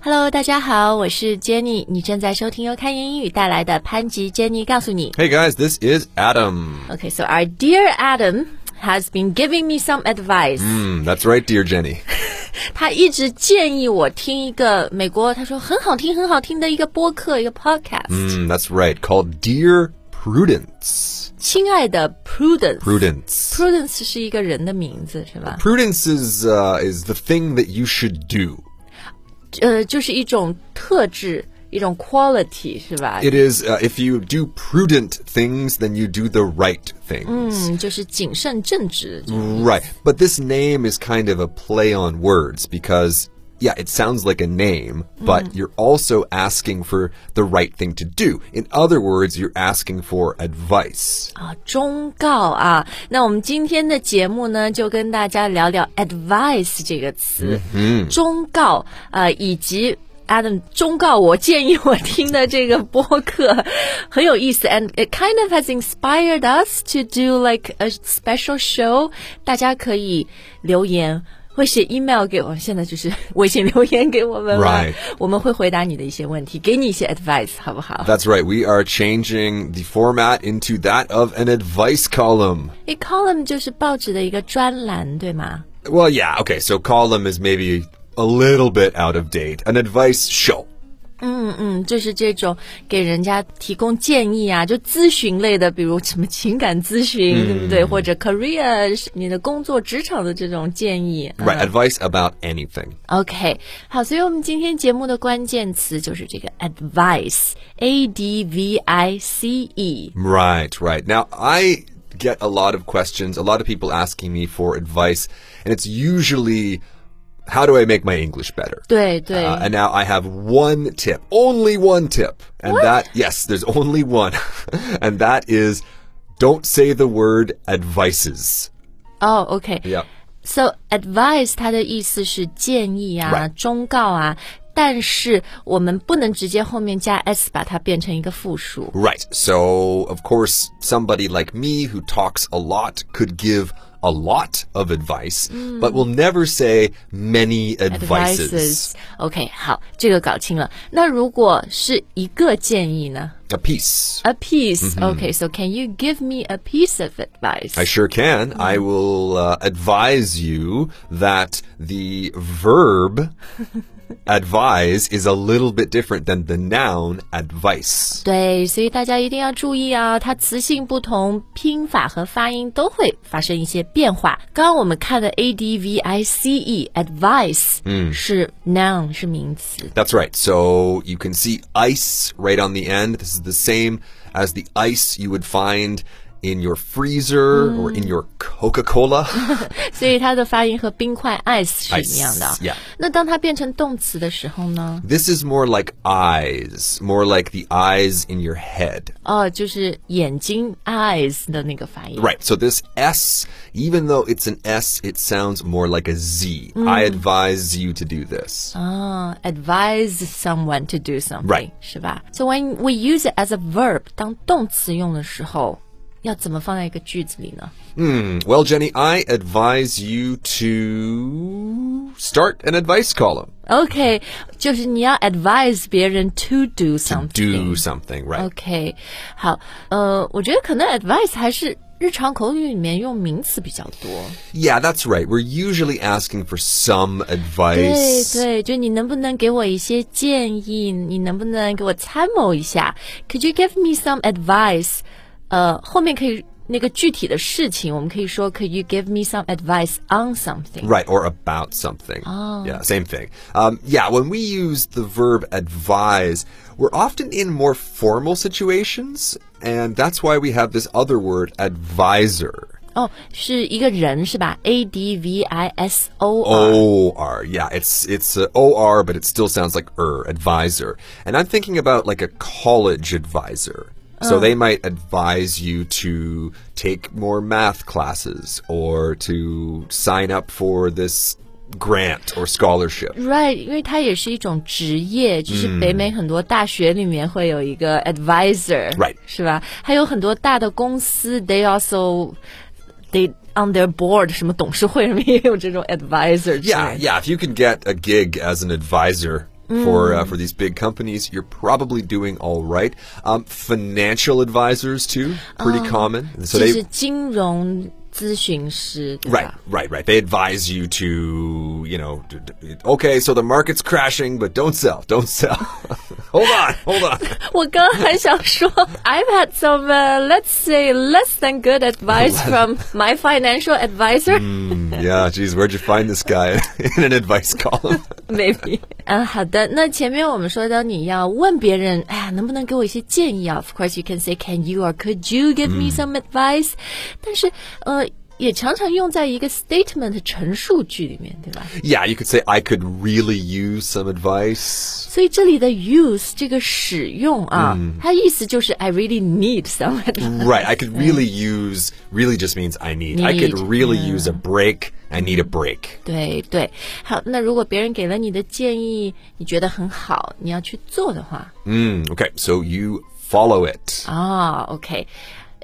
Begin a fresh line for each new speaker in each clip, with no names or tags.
Hello，大家好，我是 Jenny，你正在收听由开言英语带来的潘吉 Jenny 告诉你。
Hey guys, this is Adam.
Okay, so our dear Adam has been giving me some advice.
Hmm, that's right, dear Jenny.
他一直建议我听一个美国他说很好听很好听的一个播客，一个 podcast，、
Hmm, that's right, called Dear Prudence.
亲爱的 Prudence。
Prudence.
Prudence 是一个人的名字是吧？
Prudence is uh, is the thing that you should do.
呃，就是一种特质，一种 quality 是吧？
It is uh, if you do prudent things, then you do the right things.
嗯，就是谨慎正直。
Right. But this name is kind of a play on words because yeah, it sounds like a name, but you're also asking for the right thing to do. In other words, you're asking for advice.
啊，忠告啊！那我们今天的节目呢，就跟大家聊聊 advice 这个词，嗯，忠告呃，以及 Adam 忠告我建议我听的这个播客很有意思，and it kind of has inspired us to do like a special show。大家可以留言。会写 email 给我，现在就是微信留言给我们吧
Right
我们会回答你的一些问题，给你一些 advice，好不好？
That's right. We are changing the format into that of an advice column.
A column 就是报纸的一个专栏，对吗？
Well, yeah, okay. So column is maybe a little bit out of date. An advice show.
嗯，就是这种给人家提供建议啊，就咨询类的，比如什么情感咨询，对不对？
嗯
或者 career 是你的工作职场的这种建议。
Right. Advice about anything.
OK，好，所以我们今天节目的关键词就是这个 advice，A D V I C E。
Right, right. Now, I get a lot of questions, a lot of people asking me for advice, and it's usually how do I make my English better?
对对
Uh, and now I have one tip, only one tip. And that, yes, there's only one. and that is don't say the word advices.
哦，OK，
Yep.
So advice 它的意思是建议啊、
Right.
忠告啊，但是我们不能直接后面加 s 把它变成一个复数。
Right. So, of course, somebody like me who talks a lot could give a lot of advice, but will never say many advices.
Advices. OK，好，这个搞清了。那如果是一个建议呢
A piece.
？A piece.、OK, so can you give me a piece of advice?
I sure can. I will uh, advise you that the verb advise is a little bit different than the noun advice.
对，所以大家一定要注意啊，它词性不同，拼法和发音都会发生一些变化。刚刚我们看的 a d v i c e advice，嗯，是 noun 是名词。
That's right. So you can see ice right on the end. This is the same as the ice you would find in your freezer or in your Coca Cola.
所以它的发音和冰块 ice 是
Ice，
一样的。啊
yeah
那当它变成动词的时候呢？
this is more like eyes, more like the eyes in your head.
哦，就是眼睛 eyes 的那个发音。
Right. So this S, even though it's an S, it sounds more like a Z. I advise you to do this.
啊 advise someone to do something，、
Right.
是吧？So when we use it as a verb，当动词用的时候，要怎么放在一个句子里呢？
Hmm. Well, Jenny, I advise you to start an advice column.
OK，就是你要 advise 别人 to do something。
Do something, right?
OK，好，呃，我觉得可能 advice 还是日常口语里面用名词比较多。
Yeah, that's right. We're usually asking for some advice.
对对，就你能不能给我一些建议？你能不能给我参谋一下？Could you give me some advice？呃，后面可以那个具体的事情，我们可以说 Could you give me some advice on something？
Right, or about something. Yeah, same thing. Um, yeah, when we use the verb advise, we're often in more formal situations, and that's why we have this other word, advisor.
哦，是一个人是吧？A D V I S O R。
O R. Yeah, it's it's uh, O R, but it still sounds like er, advisor. And I'm thinking about like a college advisor. So they might advise you to take more math classes or to sign up for this grant or scholarship.
Right，因为它也是一种职业，就是
嗯
北美很多大学里面会有一个 advisor，、
Right
是吧？还有很多大的公司，they also they on their board 什么董事会上面也有这种 advisor 之类
Yeah,
的。
yeah. If you can get a gig as an advisor, for uh, for these big companies, you're probably doing all right. Um, financial advisors too, pretty common. So
就
they
是金融咨询师，对
Right,
吧？
right, right. They advise you to, you know, d- d- okay, so the market's crashing, but don't sell, don't sell. hold on, hold on.
我刚还想说 ，I've had some、uh, let's say less than good advice from my financial advisor、
yeah, geez, where'd you find this guy in an advice column?
maybe。嗯，好的。那前面我们说到你要问别人，哎呀，能不能给我一些建议啊？Of course you can say can you or could you give me some advice？、但是呃，也常常用在一个 statement 陈述句里面，对吧？
yeah, you could say I could really use some advice.
所以这里的 use 这个使用啊，它意思就是 I really need some advice。
Right, I could really use really just means I need. I could
Need,
really use a break. I need a break.
对对，好，那如果别人给了你的建议，你觉得很好，你要去做的话
Mm, okay, so you follow it.
Ah. 啊、o k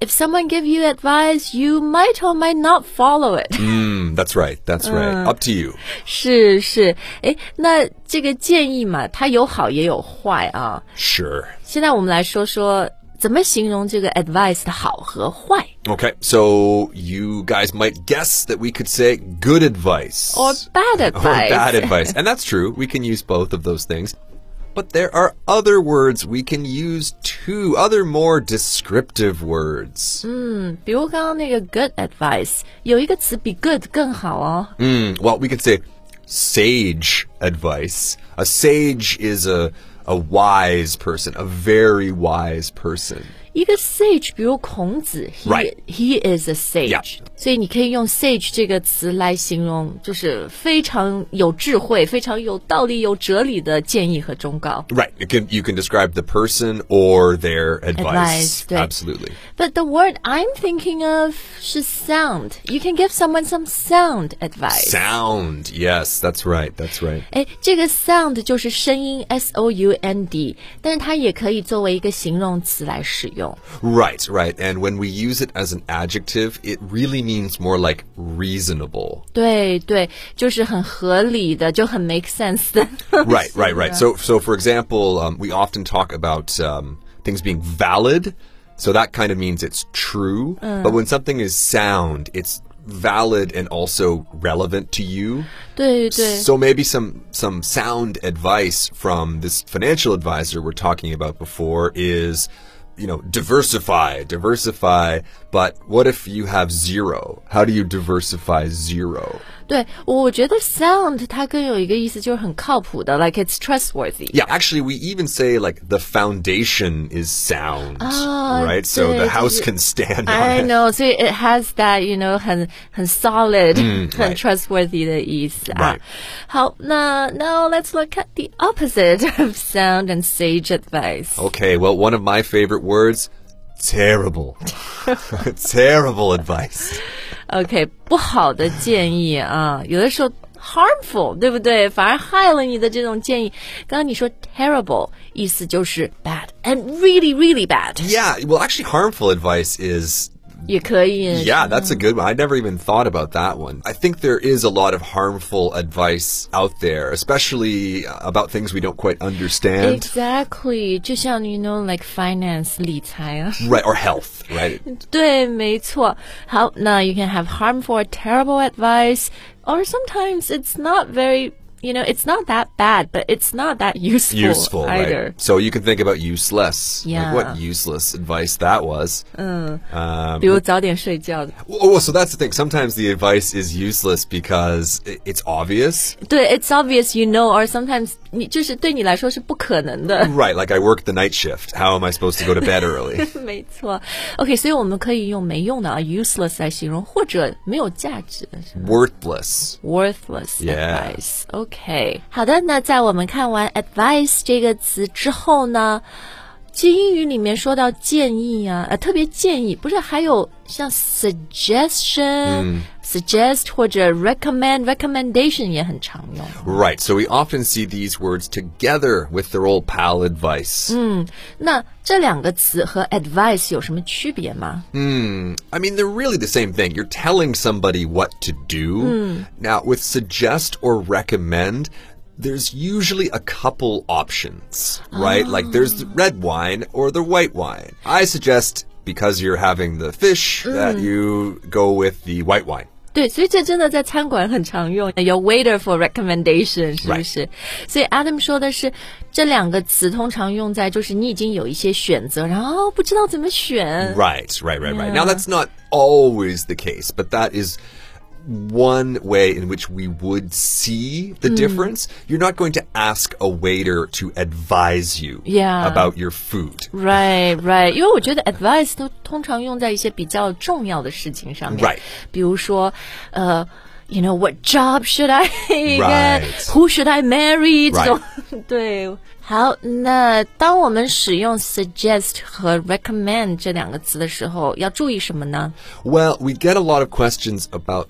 If someone give you advice, you might or might not follow it、
Mm, that's right. That's right. Up to you.
是是，哎，那这个建议嘛，它有好也有坏啊。
Sure.
现在我们来说说怎么形容这个 advice 的好和坏
Okay, so you guys might guess that we could say good advice
or bad
Or
advice。
哦 bad advice. And that's true. We can use both of those things. But there are other words we can use too, other more descriptive words.
比如刚刚那个 good advice，有一个词比 good 更好哦。
Mm, well, we could say sage advice. A sage is a a wise person, a very wise person.
一个 sage，比如孔子，he、
Right.
he is a sage，、
Yeah.
所以你可以用 sage 这个词来形容，就是非常有智慧、非常有道理、有哲理的建议和忠告。
Right. You can you can describe the person or their
Advice,
advice.
对。
Absolutely.
But the word I'm thinking of 是 sound. You can give someone some sound advice.
Sound. Yes, that's right. That's right.
哎，这个 sound 就是声音 s o u n d，但是它也可以作为一个形容词来使用。
Right, right. And when we use it as an adjective, it really means more like reasonable.
对对，就是很合理的，就很 make sense 的。
Right, right, right. So, so for example, um, we often talk about um, things being valid. So that kind of means it's true. But when something is sound, it's valid and also relevant to you.
对对
So maybe some some sound advice from this financial advisor we're talking about before is you know diversify diversify but what if you have zero how do you diversify zero
对，我觉得 sound 它更有一个意思，就是很靠谱的，like it's trustworthy。
yeah actually we even say like the foundation is sound
Ah,
right so the
did
house
you-
can stand on
I
it
know，所以 it has that you know 很很 solid、很 trustworthy 的意思啊。
Right.
好，那 now let's look at the opposite of sound and sage advice。
okay well one of my favorite words terrible terrible advice
OK，不好的建议啊，有的时候 harmful，对不对？反而害了你的这种建议。刚刚你说 terrible，意思就是 bad and really really bad，
yeah well actually harmful advice is
也可以。
Yeah, that's a good one. I never even thought about that one. I think there is a lot of harmful advice out there, especially uh, about things we don't quite understand.
Exactly，就像 you know like finance 理财啊，
Right, or health, right?
对，没错。好，那 you can have harmful, or terrible advice, or sometimes it's not very, you know, it's not that bad, but it's not that useful,
Useful,
either.
right? So you can think about useless.
Yeah. Uh.
Like what useless advice that was. Um,
比如早点睡觉，
oh, so that's the thing. Sometimes the advice is useless because i- it's obvious.
对，it's obvious you know, or sometimes 你就是对你来说是不可能的。
Right, like I work the night shift. How am I supposed to go to bed early?
没错，OK，所以我们可以用没用的啊，useless 来形容，或者没有价值的是吧
Worthless.
worthless
Yeah.
advice。OK，好的，那在我们看完 advice 这个词之后呢，其实英语里面说到建议啊，呃，特别建议，不是还有像 suggestion、suggest 或者 recommend、recommendation 也很常用。
Right, so we often see these words together with their old pal advice.
那这两个词和 advice 有什么区别吗？
I mean, they're really the same thing. You're telling somebody what to do. Now, with suggest or recommend, there's usually a couple options, right? Like there's the red wine or the white wine. I suggest because you're having the fish that you go with the white wine.
对，所以这真的在餐馆很常用。Your waiter for recommendation 是不是所以 Adam 说的是这两个词通常用在就是你已经有一些选择，然后哦不知道怎么选。
Right, right, right, right. Now that's not always the case, but that is one way in which we would see the difference. You're not going to ask a waiter to advise you
Yeah.
about your food.
Right, right，因为我觉得 advice 都通常用在一些比较重要的事情上面
Right.
比如说，呃、y o u know what job should I get?
Right.
Who should I marry?
Right.
这种对。好，那当我们使用 suggest 和 recommend 这两个词的时候，要注意什么 呢？
Well, we get a lot of questions about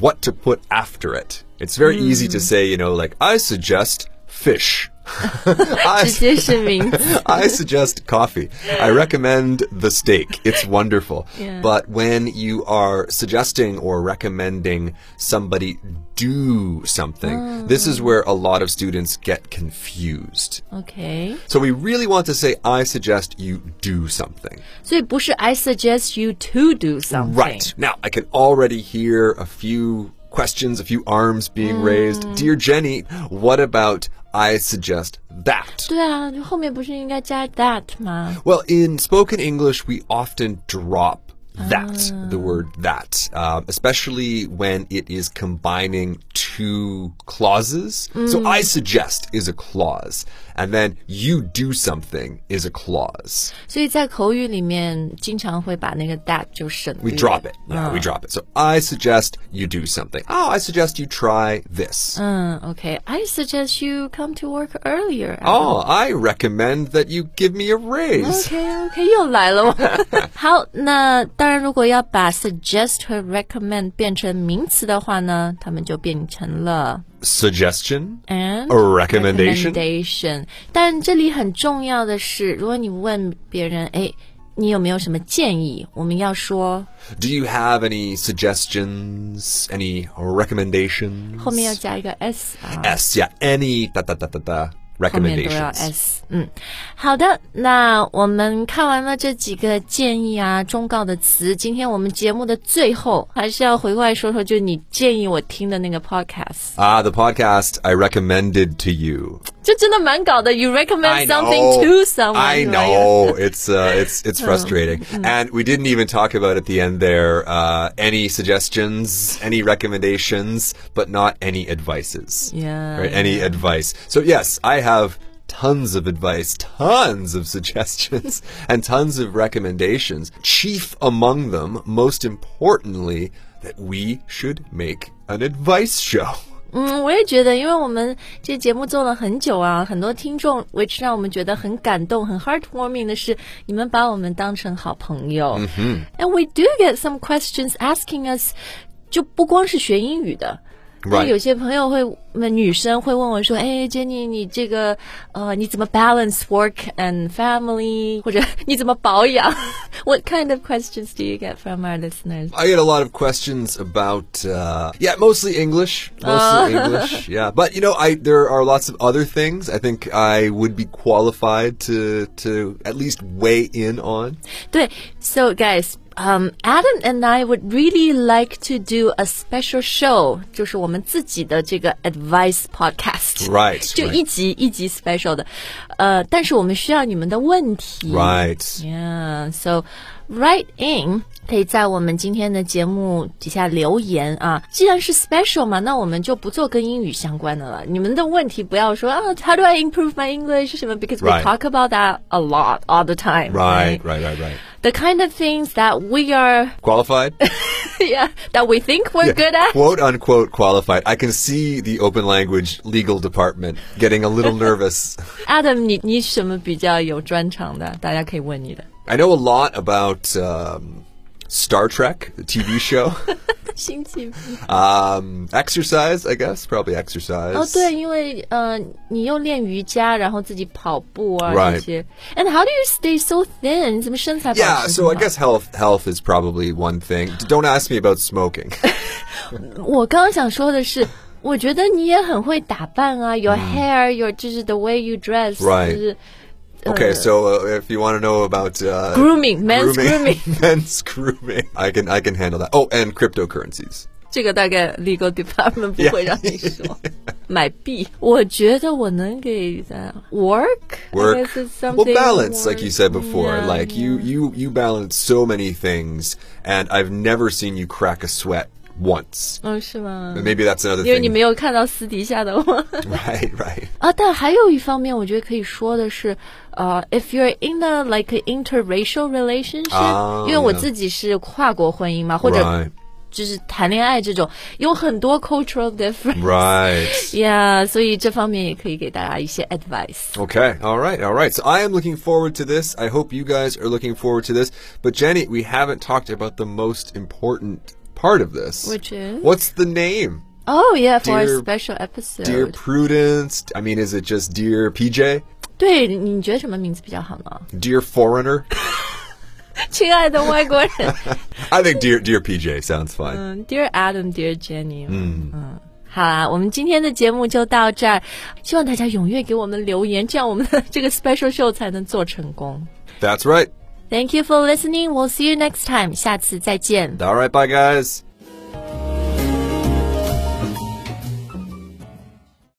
what to put after it. It's very easy to say, you know, like, I suggest fish. I,
直接是名词。
I suggest coffee. I recommend the steak. It's wonderful. But when you are suggesting or recommending somebody do something, this is where a lot of students get confused.
OK，
So we really want to say, I suggest you do something.
所以不是 I suggest you to do something。
Right. Now, I can already hear a few questions, a few arms being raised. Dear Jenny, what about I suggest that?
对啊，就后面不是应该加 that 吗？
Well, in spoken English, we often drop that, the word that, uh, especially when it is combining two clauses. So I suggest is a clause, and then you do something is a clause.
所以在口语里面，经常会把那个 that 就省
We
略。
drop it. Yeah, we drop it. So I suggest you do something. Oh, I suggest you try this.
嗯，OK，I、suggest you come to work earlier.
Oh, I recommend that you give me a raise.
OK OK，又来了 我。好，那当然，如果要把 suggest 和 recommend 变成名词的话呢，它们就变成了
Suggestion?
and
A recommendation?
recommendation 但这里很重要的是，如果你问别人，哎，你有没有什么建议？我们要说
Do you have any suggestions? Any recommendations?
后面要加一个 s 啊。
S, yeah, any da da da da da
后面都
recommendations.
要 S。嗯，好的，那我们看完了这几个建议啊、忠告的词，今天我们节目的最后还是要回过来说说，就你建议我听的那个 podcast，
Ah, the podcast I recommended to you.
这真的蛮搞的。You recommend
I
something
know.
to someone？Oh. Mm-hmm.
I know. It's uh, it's it's frustrating. And we didn't even talk about at the end there uh, any suggestions, any recommendations, but not any advices.
Yeah,
Right? Any advice. So yes, I have tons of advice, tons of suggestions, and tons of recommendations. Chief among them, most importantly, that we should make an advice show.
嗯，我也觉得，因为我们这节目做了很久啊，很多听众，which 让我们觉得很感动、很 heartwarming 的是，你们把我们当成好朋友。嗯哼，and we do get some questions asking us，就不光是学英语的。那
Right.
有些朋友会，那女生会问我说：“哎，Jenny，你这个呃，你怎么 balance work and family，或者你怎么保养 ？”What kind of questions do you get from our listeners?
I get a lot of questions about, uh, yeah, mostly English, mostly
Oh.
English, yeah. But you know, I there are lots of other things. I think I would be qualified to to at least weigh in on.
对，So guys, um, Adam and I would really like to do a special show，就是我们自己的这个 advice podcast。
Right,
就
right.
一集一集 special 的，呃，但是我们需要你们的问题。
Right.
Yeah, so write in 可以在我们今天的节目底下留言啊。既然是 special 嘛，那我们就不做跟英语相关的了。你们的问题不要说啊，How do I improve my English 什么？Because we
Right.
talk about that a lot all the time.
Right, right, right, right.
The kind of things that we are,
Qualified?
yeah, that we think we're good at.
Quote unquote qualified. I can see the open language legal department getting a little nervous.
Adam，你你什么比较有专长的？大家可以问你的。
I know a lot about um, Star Trek, the TV show.
星期
um, exercise, I guess. Probably exercise.
哦，对，因为呃，你又练瑜伽，然后自己跑步啊
Right.
这些。And how do you stay so thin？你怎么身材保持
Yeah,
这
so
么
I
好
guess health health is probably one thing. D- Don't ask me about smoking.
我刚刚想说的是我觉得你也很会打扮啊，your hair, your 就是 the way you dress，
Mm. Right.
就是
Okay, so uh, if you want to know about uh,
Grooming, men's
men's grooming, I can I can handle that. Oh, and cryptocurrencies.
这个大概 legal department 不会让你说 买币。我觉得我能给的 work I
Work.
guess it's
Well,
something
balance, like
more-
you said before.
Yeah.
Like you you you balance so many things, and I've never seen you crack a sweat once.
嗯、是吗？
Maybe that's another
因为你
thing.
没有看到私底下的我
Right, right.
啊。但还有一方面，我觉得可以说的是，呃、i f you're in a like interracial relationship，、
啊
因为我
yeah
自己是跨国婚姻嘛，或者
Right,
就是谈恋爱这种，有很多 cultural difference。
right.
Yeah，所以这方面也可以给大家一些 advice。
Okay, all right, all right. So I am looking forward to this. I hope you guys are looking forward to this. But Jenny, we haven't talked about the most important part of this,
Which is?
what's the name?
Oh yeah, for
Dear-
a special episode.
Dear Prudence. I mean, is it just Dear PJ?
对，你你觉得什么名字比较好 呢？
Dear Foreigner?
亲爱的外 国人，
I think Dear Dear PJ sounds fine.
嗯，Dear Adam，Dear Jenny，嗯嗯。好啊，我们今天的节目就到这儿，希望大家踊跃给我们留言，这样我们的这个 special show 才能做成功。
That's right.
Thank you for listening. We'll see you next time. 下次再见。
All right, bye guys.